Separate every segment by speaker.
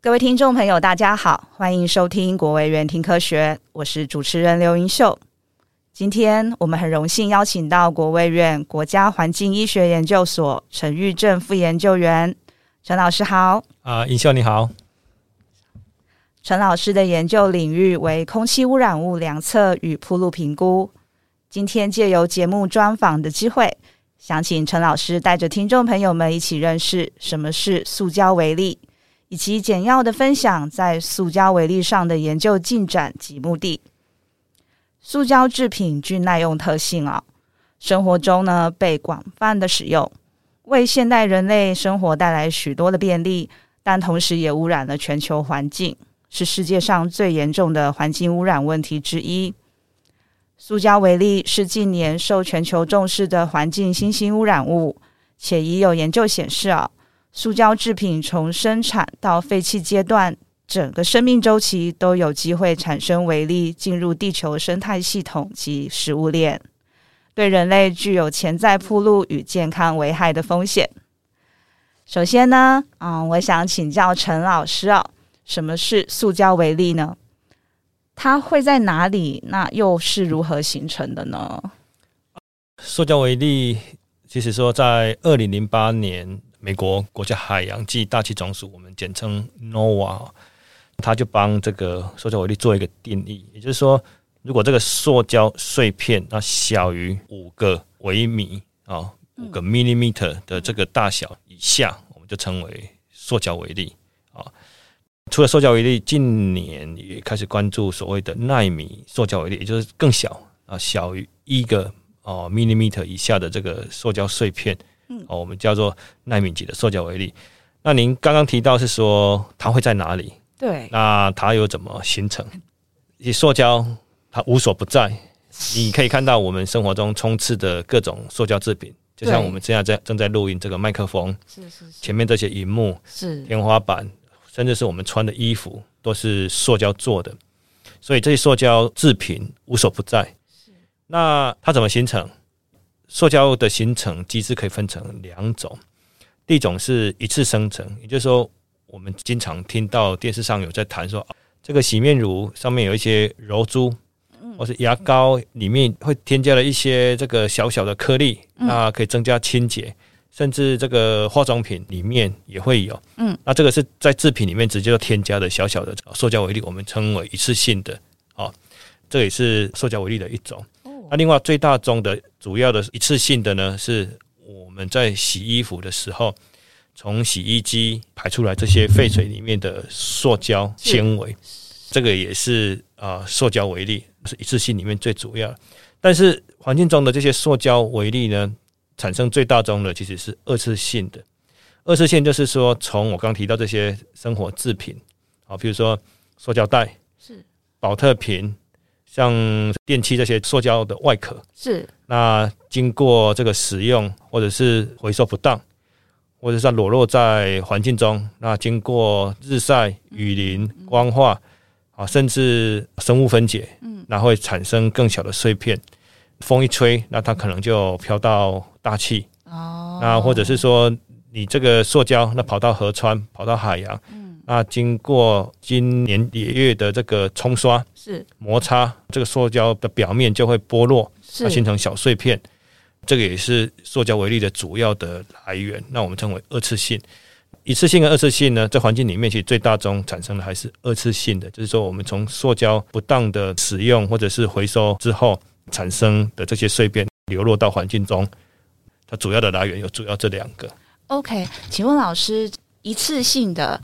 Speaker 1: 各位听众朋友，大家好，欢迎收听国卫院听科学，我是主持人刘云秀。今天我们很荣幸邀请到国卫院国家环境医学研究所陈玉正副研究员，陈老师好。
Speaker 2: 啊，尹秀你好，
Speaker 1: 陈老师的研究领域为空气污染物量测与铺路评估。今天借由节目专访的机会，想请陈老师带着听众朋友们一起认识什么是塑胶微粒，以及简要的分享在塑胶微粒上的研究进展及目的。塑胶制品具耐用特性啊、生活中呢被广泛的使用，为现代人类生活带来许多的便利，但同时也污染了全球环境。是世界上最严重的环境污染问题之一。塑胶微粒是近年受全球重视的环境新兴污染物，且已有研究显示啊，塑胶制品从生产到废弃阶段，整个生命周期都有机会产生微粒，进入地球生态系统及食物链，对人类具有潜在铺路与健康危害的风险。首先呢，嗯，我想请教陈老师哦，什么是塑胶微粒呢？它会在哪里？那又是如何形成的呢？
Speaker 2: 塑胶微粒，其实说在二零零八年，美国国家海洋暨大气总署，我们简称 NOAA，它就帮这个塑胶微粒做一个定义，也就是说，如果这个塑胶碎片那小于五个微米啊，哦五个 millimeter 的这个大小以下，我们就称为塑胶微粒啊。哦除了塑胶微粒，近年也开始关注所谓的纳米塑胶微粒，也就是更小啊，小于一个哦 millimeter 以下的这个塑胶碎片，哦，我们叫做纳米级的塑胶微粒。那您刚刚提到是说它会在哪里？
Speaker 1: 对，
Speaker 2: 那它又怎么形成？以塑胶它无所不在，你可以看到我们生活中充斥的各种塑胶制品，就像
Speaker 1: 对
Speaker 2: 我们现在在正在录音这个麦克风
Speaker 1: 是是是
Speaker 2: 前面这些荧幕、
Speaker 1: 是，
Speaker 2: 天花板，甚至是我们穿的衣服都是塑胶做的，所以这些塑胶制品无所不在。那它怎么形成？塑胶的形成机制可以分成两种，第一种是一次生成，也就是说，我们经常听到电视上有在谈说，啊这个洗面乳上面有一些柔珠，或是牙膏里面会添加了一些这个小小的颗粒，那可以增加清洁，甚至这个化妆品里面也会有。
Speaker 1: 嗯，
Speaker 2: 那这个是在制品里面直接就添加的小小的塑胶微粒，我们称为一次性的。哦，这也是塑胶微粒的一种。那另外最大宗的主要的一次性的呢，是我们在洗衣服的时候，从洗衣机排出来这些废水里面的塑胶纤维，这个也是啊、呃塑胶微粒是一次性里面最主要的。但是环境中的这些塑胶微粒呢，产生最大宗的其实是二次性的。二次性就是说，从我刚提到这些生活制品，啊，比如说塑胶袋、
Speaker 1: 是
Speaker 2: 保特瓶，像电器这些塑胶的外壳，
Speaker 1: 是
Speaker 2: 那经过这个使用或者是回收不当，或者是它裸露在环境中，那经过日晒、雨淋、光化啊，甚至生物分解，嗯，那会产生更小的碎片。风一吹，那它可能就飘到大气哦，那或者是说你这个塑胶，那跑到河川、跑到海洋，嗯，那经过经年野月的这个冲刷
Speaker 1: 是
Speaker 2: 摩擦，这个塑胶的表面就会剥落，它形
Speaker 1: 是，
Speaker 2: 成小碎片，这个也是塑胶微粒的主要的来源。那我们称为二次性。一次性跟二次性呢，在环境里面其实最大宗产生的还是二次性的，就是说我们从塑胶不当的使用或者是回收之后产生的这些碎片流落到环境中，它主要的来源有主要这两个。
Speaker 1: OK，请问老师，一次性的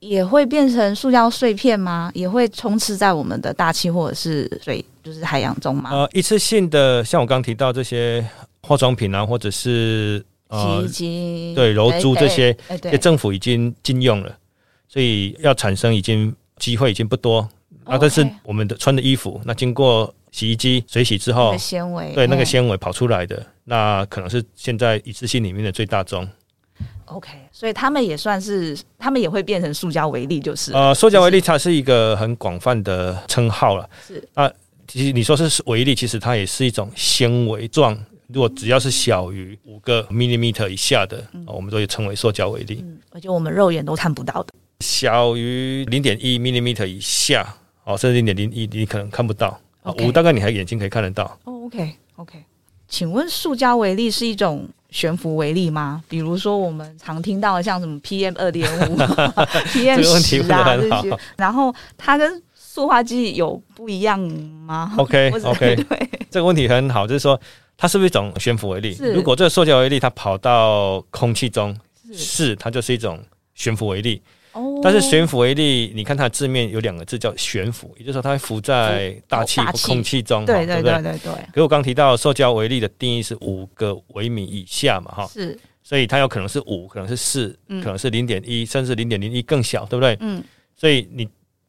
Speaker 1: 也会变成塑胶碎片吗？也会充斥在我们的大气或者是水，就是海洋中吗？
Speaker 2: 呃，一次性的像我刚提到这些化妆品啊，或者是呃
Speaker 1: 洗衣机
Speaker 2: 对柔珠这些，
Speaker 1: 哎对
Speaker 2: 因为政府已经禁用了，所以要产生已经机会已经不多。啊，但是
Speaker 1: 哦 OK
Speaker 2: 我们的穿的衣服，那经过洗衣机水洗之
Speaker 1: 那
Speaker 2: 后
Speaker 1: 个，纤维，
Speaker 2: 对那个
Speaker 1: 哎
Speaker 2: 纤维跑出来的，那可能是现在一次性里面的最大宗。
Speaker 1: OK，所以他们也算是，他们也会变成塑胶微粒，就是了
Speaker 2: 呃，塑胶微粒它是一个很广泛的称号了。
Speaker 1: 是
Speaker 2: 啊，其实你说是微粒，其实它也是一种纤维状。如果只要是小于
Speaker 1: 嗯
Speaker 2: 哦五个 millimeter 以下的，啊我们都也称为塑胶微粒。
Speaker 1: 我觉得我们肉眼都看不到的。
Speaker 2: 小于零点一 millimeter 以下，哦，甚至零点零一，你可能看不到。啊，
Speaker 1: OK
Speaker 2: 五大概你还眼睛可以看 得到，
Speaker 1: 哦，OK，OK、o k OK，请问塑胶微粒是一种悬浮微粒吗？比如说我们常听到的像什么 PM 二点 五、
Speaker 2: 这
Speaker 1: PM
Speaker 2: 个问题问
Speaker 1: 十
Speaker 2: 得
Speaker 1: 啊
Speaker 2: 很
Speaker 1: 这
Speaker 2: 好
Speaker 1: 些，然后它跟塑化剂有不一样吗
Speaker 2: OK，
Speaker 1: 我只
Speaker 2: OK
Speaker 1: 对，
Speaker 2: 这个问题很好，就是说它是不是一种悬浮微粒
Speaker 1: 是？
Speaker 2: 如果这个塑胶微粒它跑到空气中，
Speaker 1: 是
Speaker 2: 是它就是一种悬浮微粒。
Speaker 1: 哦
Speaker 2: 但是悬浮微粒，你看它的字面有两个字叫悬浮，也就是说它会浮在大气、
Speaker 1: 哦大气
Speaker 2: 空气中，
Speaker 1: 对
Speaker 2: 对
Speaker 1: 对
Speaker 2: 不对
Speaker 1: 对？对对，
Speaker 2: 可我刚提到塑胶微粒的定义是五个微米以下嘛，哈，
Speaker 1: 是
Speaker 2: 所以它有可能是五，可能是四，
Speaker 1: 嗯
Speaker 2: 可能是零点一，甚至零点零一更小，对不对？
Speaker 1: 嗯，
Speaker 2: 所以你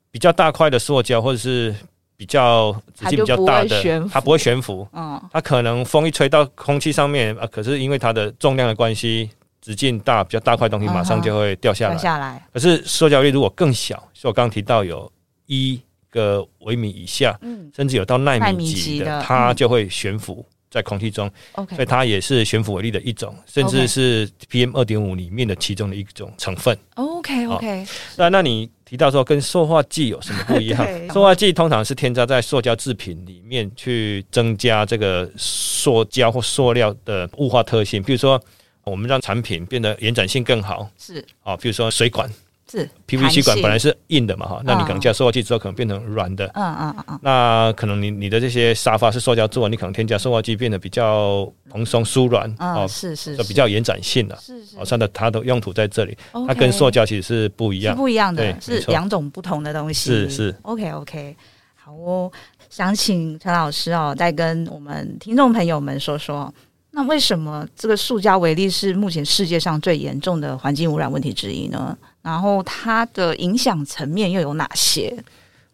Speaker 2: 比较大块的塑胶，或者是比较直
Speaker 1: 它
Speaker 2: 径
Speaker 1: 就
Speaker 2: 比较
Speaker 1: 不
Speaker 2: 大
Speaker 1: 会悬
Speaker 2: 的，
Speaker 1: 浮
Speaker 2: 它不会悬浮，
Speaker 1: 嗯
Speaker 2: 它可能风一吹到空气上面啊，可是因为它的重量的关系，直径大，比较大块的东西马
Speaker 1: 嗯
Speaker 2: 上
Speaker 1: 哼
Speaker 2: 就会掉下
Speaker 1: 掉
Speaker 2: 来。
Speaker 1: 下来，
Speaker 2: 可是塑胶粒如果更小，所以我刚刚提到有一个微米以下，
Speaker 1: 嗯
Speaker 2: 甚至有到纳
Speaker 1: 纳
Speaker 2: 米
Speaker 1: 米
Speaker 2: 级
Speaker 1: 级
Speaker 2: 的，
Speaker 1: 的
Speaker 2: 它
Speaker 1: 嗯
Speaker 2: 就会悬浮在空气中，所以
Speaker 1: ，OK，
Speaker 2: 它也是悬浮微粒的一种，甚
Speaker 1: OK
Speaker 2: 至是 PM 二点五里面的其中的一种成分。
Speaker 1: OK OK，
Speaker 2: 那那你提到说跟塑化剂有什么不 一
Speaker 1: 对
Speaker 2: 样？塑化剂通常是添加在塑胶制品里面去增加这个塑胶或塑料的雾化特性，比如说我们让产品变得延展性更好
Speaker 1: 是
Speaker 2: 啊，比如说水管。
Speaker 1: 是，
Speaker 2: PVC 管
Speaker 1: 弹性
Speaker 2: 本来是硬的嘛哈，那你
Speaker 1: 嗯
Speaker 2: 可能加塑化剂之后，可能变成软的。
Speaker 1: 嗯嗯嗯嗯，
Speaker 2: 那可能你你的这些沙发是塑胶做的，你可能添加塑化剂变得比较蓬松舒软
Speaker 1: 嗯，
Speaker 2: 哦，
Speaker 1: 是是
Speaker 2: 就比较延展性了。
Speaker 1: 是是
Speaker 2: 哦，，它的它的用途在这里，它
Speaker 1: 它
Speaker 2: 跟塑胶其实是不一
Speaker 1: 是
Speaker 2: 样。
Speaker 1: 不一样的，
Speaker 2: 对
Speaker 1: 是
Speaker 2: 没错
Speaker 1: 两种不同的东西。
Speaker 2: 是是
Speaker 1: OK OK，好哦。想请陈老师哦，再跟我们听众朋友们说说，那为什么这个塑胶微粒是目前世界上最严重的环境污染问题之一呢？然后它的影响层面又有哪些？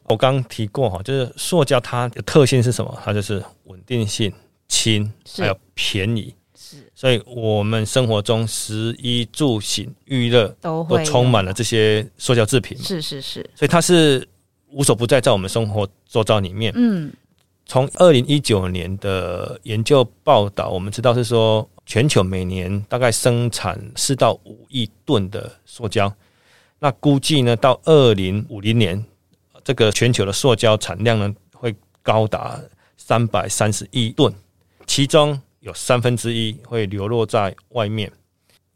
Speaker 2: 我刚提过哈，就是塑胶它的特性是什么？它就是稳定性、轻，
Speaker 1: 是
Speaker 2: 还有便宜。
Speaker 1: 是
Speaker 2: 所以我们生活中食衣住行、娱乐
Speaker 1: 都
Speaker 2: 都
Speaker 1: 会
Speaker 2: 充满
Speaker 1: 有
Speaker 2: 了这些塑胶制品嘛，
Speaker 1: 是是是，
Speaker 2: 所以它是无所不在，在我们生活周遭里面。
Speaker 1: 嗯，
Speaker 2: 从二零一九年的研究报道，我们知道是说，全球每年大概生产四到五亿吨的塑胶。那估计呢，到二零五零年，这个全球的塑胶产量呢会高达三百三十亿吨，其中有三分之一会流落在外面。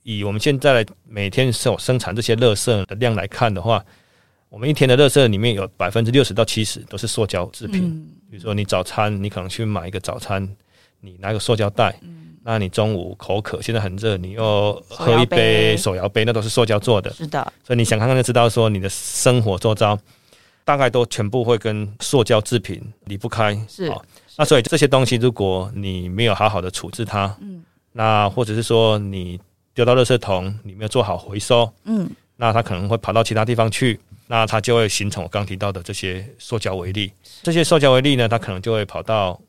Speaker 2: 以我们现在来每天所生产这些垃圾的量来看的话，我们一天的垃圾里面有百分之六十到七十都是塑胶制品。
Speaker 1: 嗯
Speaker 2: 比如说你早餐，你可能去买一个早餐，你拿个塑胶袋，那你中午口渴，现在很热，你又
Speaker 1: 嗯手
Speaker 2: 喝
Speaker 1: 摇
Speaker 2: 一
Speaker 1: 杯
Speaker 2: 杯手摇杯，那都是塑胶做的，
Speaker 1: 是的，
Speaker 2: 所以你想看看就知道说你的生活周遭大概都全部会跟塑胶制品离不开，
Speaker 1: 是
Speaker 2: 哦那所以这些东西，如果你没有好好的处置它，
Speaker 1: 嗯
Speaker 2: 那或者是说你丢到垃圾桶，你没有做好回收，
Speaker 1: 嗯，
Speaker 2: 那它可能会跑到其他地方去，那它就会形成我刚提到的这些塑胶微粒。这些塑胶微粒呢，它可能就会跑到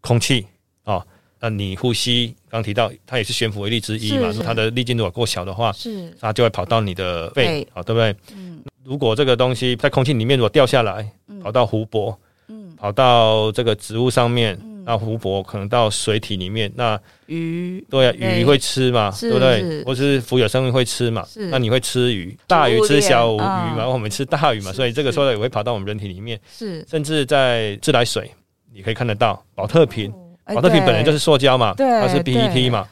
Speaker 2: 空气哦，那你呼吸刚提到，它也是悬浮微粒之一
Speaker 1: 是
Speaker 2: 嘛。
Speaker 1: 是
Speaker 2: 如果它的粒径如果够小的话，
Speaker 1: 是
Speaker 2: 它就会跑到你的肺
Speaker 1: 肺，
Speaker 2: 好、对不对？
Speaker 1: 嗯
Speaker 2: 如果这个东西在空气里面如果掉下来，
Speaker 1: 嗯
Speaker 2: 跑到湖泊，
Speaker 1: 嗯
Speaker 2: 跑到这个植物上面，
Speaker 1: 嗯
Speaker 2: 那湖泊可能到水体里面，那
Speaker 1: 鱼
Speaker 2: 对啊，
Speaker 1: 类
Speaker 2: 鱼会吃嘛，
Speaker 1: 是
Speaker 2: 对不
Speaker 1: 是
Speaker 2: 对？或是浮有生命会吃嘛
Speaker 1: 是，
Speaker 2: 那你会吃鱼，大鱼吃小鱼
Speaker 1: 嗯
Speaker 2: 嘛，我们吃大鱼嘛，
Speaker 1: 是
Speaker 2: 所以这个
Speaker 1: 是
Speaker 2: 塑料也会跑到我们人体里面，
Speaker 1: 是
Speaker 2: 甚至在自来水你可以看得到，保特瓶，
Speaker 1: 哎
Speaker 2: 保特瓶
Speaker 1: 对
Speaker 2: 哦本来就是塑胶嘛，
Speaker 1: 对
Speaker 2: 它是
Speaker 1: 对
Speaker 2: PET 嘛。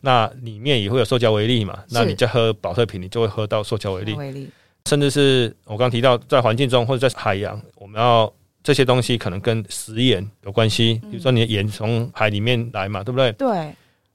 Speaker 2: 那里面也会有塑胶微粒嘛？那
Speaker 1: 是
Speaker 2: 你就喝保特瓶，你就会喝到塑胶微粒，
Speaker 1: 微粒，
Speaker 2: 甚至是我刚提到在环境中或者在海洋，我们要这些东西可能跟食盐有关系，比如
Speaker 1: 嗯
Speaker 2: 说你的盐从海里面来嘛，对不对？
Speaker 1: 对，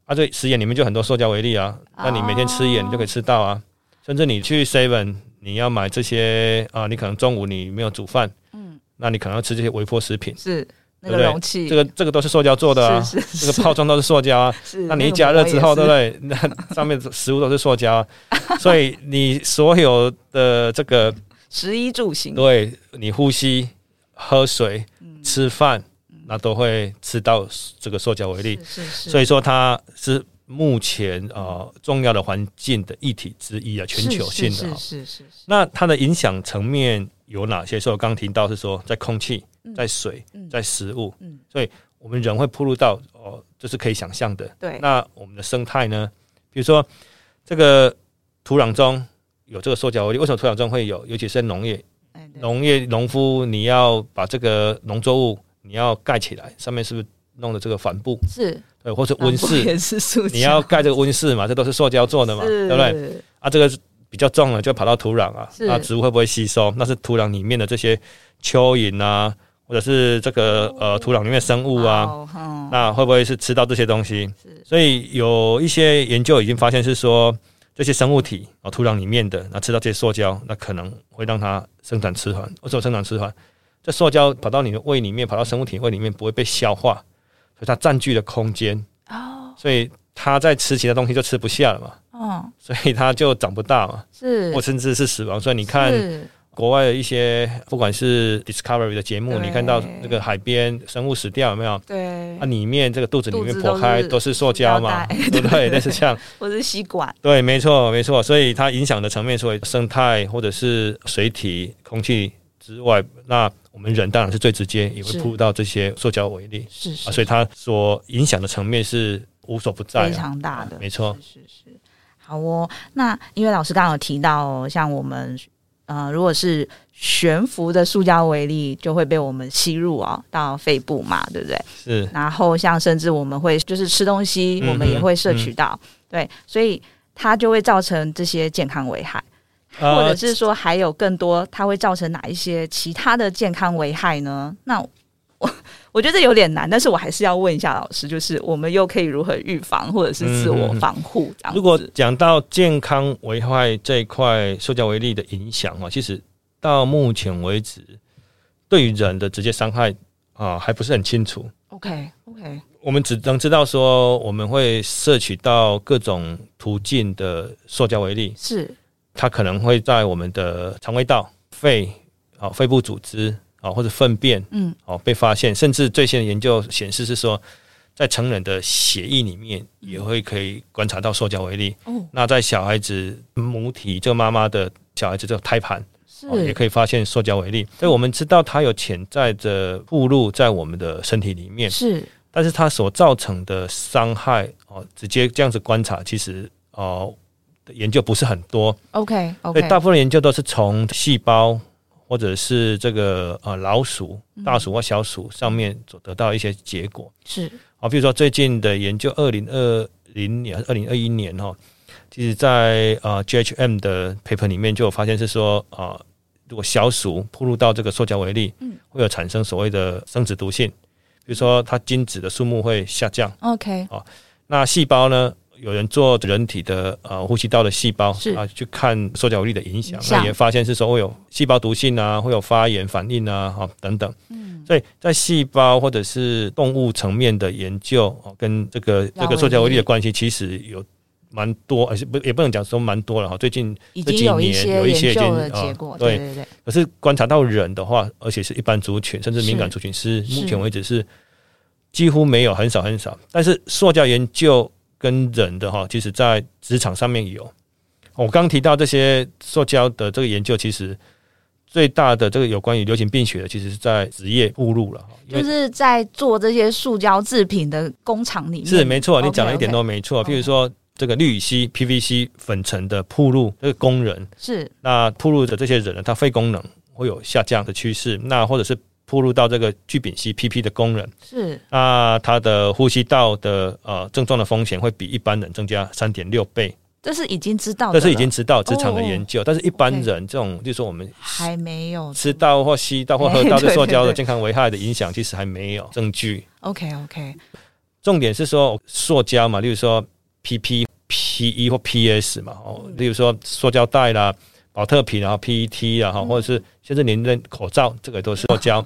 Speaker 2: 啊，这食盐里面就很多塑胶微粒啊，
Speaker 1: 哦
Speaker 2: 那你每天吃盐你就可以吃到啊。甚至你去 Seven，你要买这些啊，你可能中午你没有煮饭，
Speaker 1: 嗯，
Speaker 2: 那你可能要吃这些微波食品，
Speaker 1: 是那
Speaker 2: 对不
Speaker 1: 个
Speaker 2: 对
Speaker 1: 容器，
Speaker 2: 这个这个都是塑胶做的啊，
Speaker 1: 是是
Speaker 2: 这个泡装都是塑胶啊。
Speaker 1: 是
Speaker 2: 那你一加热之后，对不
Speaker 1: 对？
Speaker 2: 对？ 那上面的食物都是塑胶、啊，所以你所有的这个
Speaker 1: 食衣住行，
Speaker 2: 对你呼吸、喝水、
Speaker 1: 嗯
Speaker 2: 吃饭，那都会吃到这个塑胶微粒。
Speaker 1: 是是，
Speaker 2: 所
Speaker 1: 以
Speaker 2: 以说它是目前呃重要的环境的议题之一啊，全球性的
Speaker 1: 是
Speaker 2: 哈。
Speaker 1: 是是是，
Speaker 2: 那它的影响层面有哪些？所以我刚提到是说，在空气
Speaker 1: 嗯、
Speaker 2: 在水、
Speaker 1: 嗯
Speaker 2: 在食物，
Speaker 1: 嗯
Speaker 2: 我们人会铺入到哦、这是可以想象的。
Speaker 1: 对，
Speaker 2: 那我们的生态呢？比如说这个土壤中有这个塑胶微粒，为什么土壤中会有？尤其是在农业，
Speaker 1: 哎，对
Speaker 2: 农业农夫你要把这个农作物你要盖起来，上面是不是弄的这个帆布？
Speaker 1: 是
Speaker 2: 对，或者温
Speaker 1: 啊不
Speaker 2: 室，
Speaker 1: 也是塑胶，
Speaker 2: 你要盖这个温室嘛，这都是塑胶做的嘛，对不对？
Speaker 1: 对？
Speaker 2: 啊，这个比较重了，就跑到土壤啊
Speaker 1: 是，
Speaker 2: 那植物会不会吸收？那是土壤里面的这些蚯蚓啊，或者是这个呃土壤里面的生物啊，
Speaker 1: 哦，哼
Speaker 2: 那会不会是吃到这些东西
Speaker 1: 是？
Speaker 2: 所以有一些研究已经发现是说，这些生物体啊、哦土壤里面的，那吃到这些塑胶，那可能会让它生长迟缓。为什么生长迟缓？这塑胶跑到你的胃里面，跑到生物体胃里面不会被消化，所以它占据了空间，
Speaker 1: 哦，
Speaker 2: 所以它在吃其他东西就吃不下了嘛，
Speaker 1: 哦，
Speaker 2: 所以它就长不大嘛，
Speaker 1: 是，
Speaker 2: 或甚至是死亡。所以你看
Speaker 1: 是
Speaker 2: 国外的一些，不管是 Discovery 的节目，
Speaker 1: 对
Speaker 2: 你看到那个海边生物死掉有没有？
Speaker 1: 对
Speaker 2: 啊，，里面这个肚子里面
Speaker 1: 肚子都
Speaker 2: 破开
Speaker 1: 是
Speaker 2: 都是塑胶嘛，
Speaker 1: 塑胶袋
Speaker 2: 对不 对？类似像
Speaker 1: 或是吸管，
Speaker 2: 对，没错，没错。所以它影响的层面，除了生态或者是水体、空气之外，那我们人当然是最直接，也会
Speaker 1: 是
Speaker 2: 扑到这些塑胶为例
Speaker 1: 是
Speaker 2: 啊。
Speaker 1: 是
Speaker 2: 所以它所影响的层面是无所不在、
Speaker 1: 非
Speaker 2: 啊，
Speaker 1: 常大的，
Speaker 2: 没错。
Speaker 1: 是是。好哦，那因为老师刚刚有提到哦、像我们呃，如果是悬浮的塑胶微粒，就会被我们吸入啊、到肺部嘛，对不对？
Speaker 2: 是
Speaker 1: 然后像甚至我们会就是吃东西，
Speaker 2: 嗯
Speaker 1: 我们也会摄
Speaker 2: 嗯
Speaker 1: 取到，对，所以它就会造成这些健康危害，
Speaker 2: 呃
Speaker 1: 或者是说还有更多，它会造成哪一些其他的健康危害呢？那我 我觉得这有点难，但是我还是要问一下老师，就是我们又可以如何预防或者是自我防护这样子？
Speaker 2: 嗯如果讲到健康危害这一块塑胶微粒的影响啊，其实到目前为止，对于人的直接伤害啊，还不是很清楚。
Speaker 1: OK OK
Speaker 2: 我们只能知道说，我们会摄取到各种途径的塑胶微粒，
Speaker 1: 是
Speaker 2: 它可能会在我们的肠胃道、肺啊、肺部组织啊、或者粪便
Speaker 1: 嗯
Speaker 2: 哦被发现，甚至最新的研究显示是说，在成人的血液里面也会可以观察到塑胶微粒。
Speaker 1: 哦
Speaker 2: 那在小孩子母体，就妈妈的小孩子这个胎盘
Speaker 1: 是
Speaker 2: 哦，也可以发现塑胶微粒，所以我们知道它有潜在的暴露在我们的身体里面。
Speaker 1: 是
Speaker 2: 但是它所造成的伤害哦，直接这样子观察，其实哦研究不是很多，
Speaker 1: OK
Speaker 2: 所
Speaker 1: OK
Speaker 2: 以大部分研究都是从细胞或者是这个呃老鼠、大鼠或小鼠上面所得到一些结果
Speaker 1: 是
Speaker 2: 啊、哦。比如说最近的研究，二零二零年、二零二一年哈、哦，其实在呃 GHM 的 paper 里面就有发现是说啊、呃如果小鼠暴露到这个塑胶微粒，
Speaker 1: 嗯
Speaker 2: 会有产生所谓的生殖毒性，比如说它精子的数目会下降。
Speaker 1: OK
Speaker 2: 那细胞呢？有人做人体的呃呼吸道的细胞
Speaker 1: 是
Speaker 2: 啊，去看塑胶微粒的影响
Speaker 1: 影，响
Speaker 2: 那也发现是说会哦有细胞毒性啊，会有发炎反应啊，哈、等等。
Speaker 1: 嗯
Speaker 2: 所以在细胞或者是动物层面的研究，哦、跟这个
Speaker 1: 胶
Speaker 2: 这个塑胶微
Speaker 1: 微粒
Speaker 2: 粒的关系其实有蛮多，而且不也不能讲说蛮多了哈。最近
Speaker 1: 已
Speaker 2: 这
Speaker 1: 经
Speaker 2: 几
Speaker 1: 有一
Speaker 2: 年
Speaker 1: 些
Speaker 2: 有一
Speaker 1: 研
Speaker 2: 些已
Speaker 1: 究
Speaker 2: 经
Speaker 1: 的
Speaker 2: 啊
Speaker 1: 结果，
Speaker 2: 对
Speaker 1: 对对
Speaker 2: 可是观察到人的话，而且是一般族群，甚至敏感
Speaker 1: 是
Speaker 2: 族群，是
Speaker 1: 是
Speaker 2: 目前为止是几乎没有，很少很少。但是塑胶研究跟人的哈，其实在职场上面有。我刚提到这些塑胶的这个研究，其实最大的这个有关于流行病学的，其实是在职业误入了哈，因
Speaker 1: 就
Speaker 2: 为
Speaker 1: 是在做这些塑胶制品的工厂里面
Speaker 2: 是没错，你
Speaker 1: OK，
Speaker 2: 讲的一点
Speaker 1: OK，
Speaker 2: 都没错。
Speaker 1: OK
Speaker 2: 譬如说这个氯乙烯 PVC 粉尘的铺路，这个工人，
Speaker 1: 是
Speaker 2: 那铺路的这些人呢，他肺功能会有下降的趋势，那或者是铺路到这个聚丙烯 PP 的工人，
Speaker 1: 是
Speaker 2: 那他的呼吸道的呃症状的风险会比一般人增加三点六倍，
Speaker 1: 这是已经知哦道的
Speaker 2: 这
Speaker 1: 了，
Speaker 2: 是已经知道职场的研究，但是一般
Speaker 1: OK
Speaker 2: 人这种就是说我们
Speaker 1: 还没有
Speaker 2: 吃到或吸到或喝到
Speaker 1: 对
Speaker 2: 这
Speaker 1: 对
Speaker 2: 塑胶的
Speaker 1: 对
Speaker 2: 健康危害的影响，其实还没有证据。
Speaker 1: OK OK
Speaker 2: 重点是说塑胶嘛，例如说 PP、PE E 或 PS 嘛，哦，例如说塑胶袋啦、保特瓶啊、PET 啊，哈，或者是甚至连那口罩，这个都是塑胶。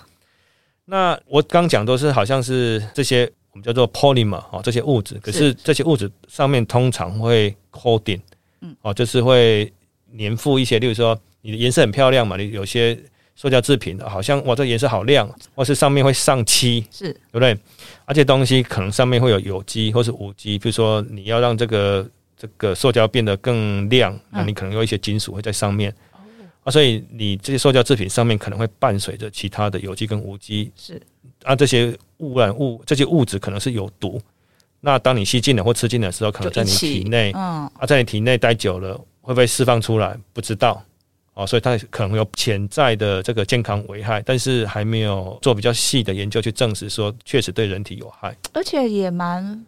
Speaker 2: 那我刚讲都是好像是这些我们叫做 polymer 哦，这些物质，可是这些物质上面通常会 coating，
Speaker 1: 嗯
Speaker 2: 哦，就是会粘附一些，例如说你的颜色很漂亮嘛，你有些塑胶制品哦好像哇，这颜色好亮，或是上面会上漆，
Speaker 1: 是
Speaker 2: 对不对？而且东西可能上面会有有机或是无机，比如说你要让这个这个塑胶变得更亮，那你可能有一些金属会在上面。啊，所以你这些塑胶制品上面可能会伴随着其他的有机跟无机，
Speaker 1: 是
Speaker 2: 啊，这些污染物这些物质可能是有毒。那当你吸进了或吃进的时候，可能在你体内
Speaker 1: 嗯
Speaker 2: 啊，在你体内待久了，会不会释放出来？不知道哦，所以它可能有潜在的这个健康危害，但是还没有做比较细的研究去证实说确实对人体有害。
Speaker 1: 而且也蛮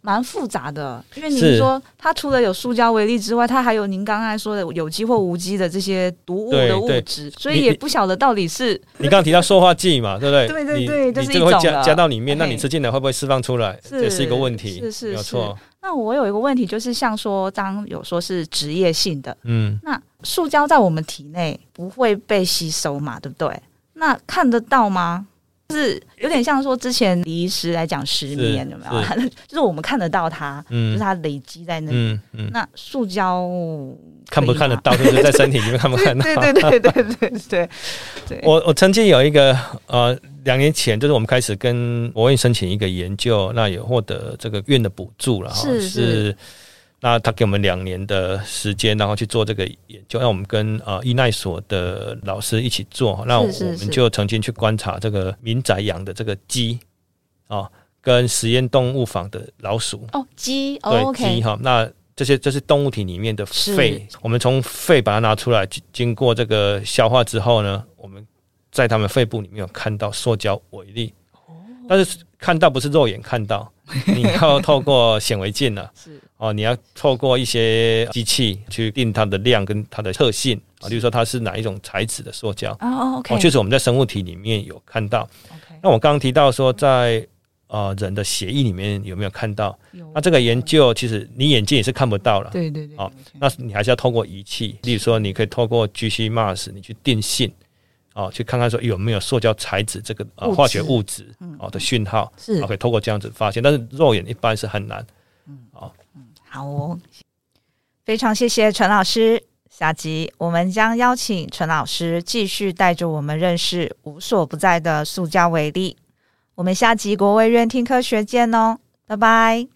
Speaker 1: 蛮复杂的，因为您
Speaker 2: 是
Speaker 1: 说它除了有塑胶微粒之外，它还有您刚才说的有机或无机的这些毒物的
Speaker 2: 对
Speaker 1: 物
Speaker 2: 对
Speaker 1: 质，所以
Speaker 2: 你
Speaker 1: 也
Speaker 2: 你
Speaker 1: 不晓得到底是
Speaker 2: 你刚刚提到塑化剂嘛，对不对？
Speaker 1: 对对
Speaker 2: 你
Speaker 1: 对这
Speaker 2: 你
Speaker 1: 是
Speaker 2: 这
Speaker 1: 一
Speaker 2: 个会
Speaker 1: 种
Speaker 2: 加
Speaker 1: 了
Speaker 2: 加到里面，那
Speaker 1: 嘿
Speaker 2: 你吃进来会不会释放出来？
Speaker 1: 是
Speaker 2: 这是一个问题，
Speaker 1: 是是
Speaker 2: 没有错。
Speaker 1: 那我有一个问题，就是像说，刚有说是职业性的，
Speaker 2: 嗯，
Speaker 1: 那塑胶在我们体内不会被吸收嘛，对不对？那看得到吗？就是有点像说之前李医师来讲失眠，
Speaker 2: 嗯是
Speaker 1: 有没有？就是我们看得到它，就是
Speaker 2: 嗯
Speaker 1: 它累积在那里。
Speaker 2: 嗯嗯，
Speaker 1: 那塑胶
Speaker 2: 看不看得
Speaker 1: 可以吗？
Speaker 2: 到，就是在身体里面看不看得
Speaker 1: 对
Speaker 2: 到。
Speaker 1: 对对对对对 对对。
Speaker 2: 我我曾经有一个呃，两年前就是我们开始跟国院申请一个研究，那也获得这个院的补助了哈，
Speaker 1: 是是
Speaker 2: 那他给我们两年的时间，然后去做这个研究，让我们跟呃医奈所的老师一起做。那我
Speaker 1: 是是是
Speaker 2: 们就曾经去观察这个民宅养的这个鸡啊、哦跟实验动物坊的老鼠，
Speaker 1: 哦，鸡哦
Speaker 2: 对鸡
Speaker 1: ，OK，
Speaker 2: 哈，那这些这是动物体里面的肺，我们从肺把它拿出来，经经过这个消化之后呢，我们在它们肺部里面有看到塑胶微粒，但是看到不是肉眼看到，你要透过显微镜啊，
Speaker 1: 是
Speaker 2: 哦，你要透过一些机器去定它的量跟它的特性啊，例如说它是哪一种材质的塑胶，
Speaker 1: 哦
Speaker 2: 哦，确
Speaker 1: ，OK，OK，
Speaker 2: 实我们在生物体里面有看到。那我刚刚提到说在。呃，人的血液里面有没有看到？
Speaker 1: 有
Speaker 2: 那这个研究其实你眼睛也是看不到了，
Speaker 1: 对对对，
Speaker 2: 哦那你还是要透过仪器，例如说你可以透过 GC MAS 你去定性，哦，去看看说有没有塑胶材质这个呃
Speaker 1: 物质
Speaker 2: 化学物质哦的讯号，
Speaker 1: 嗯是
Speaker 2: 哦可以透过这样子发现，但是肉眼一般是很难。
Speaker 1: 好哦，非常谢谢陈老师。下集我们将邀请陈老师继续带着我们认识无所不在的塑胶微粒。我们下集国卫院听科学见哦，拜拜。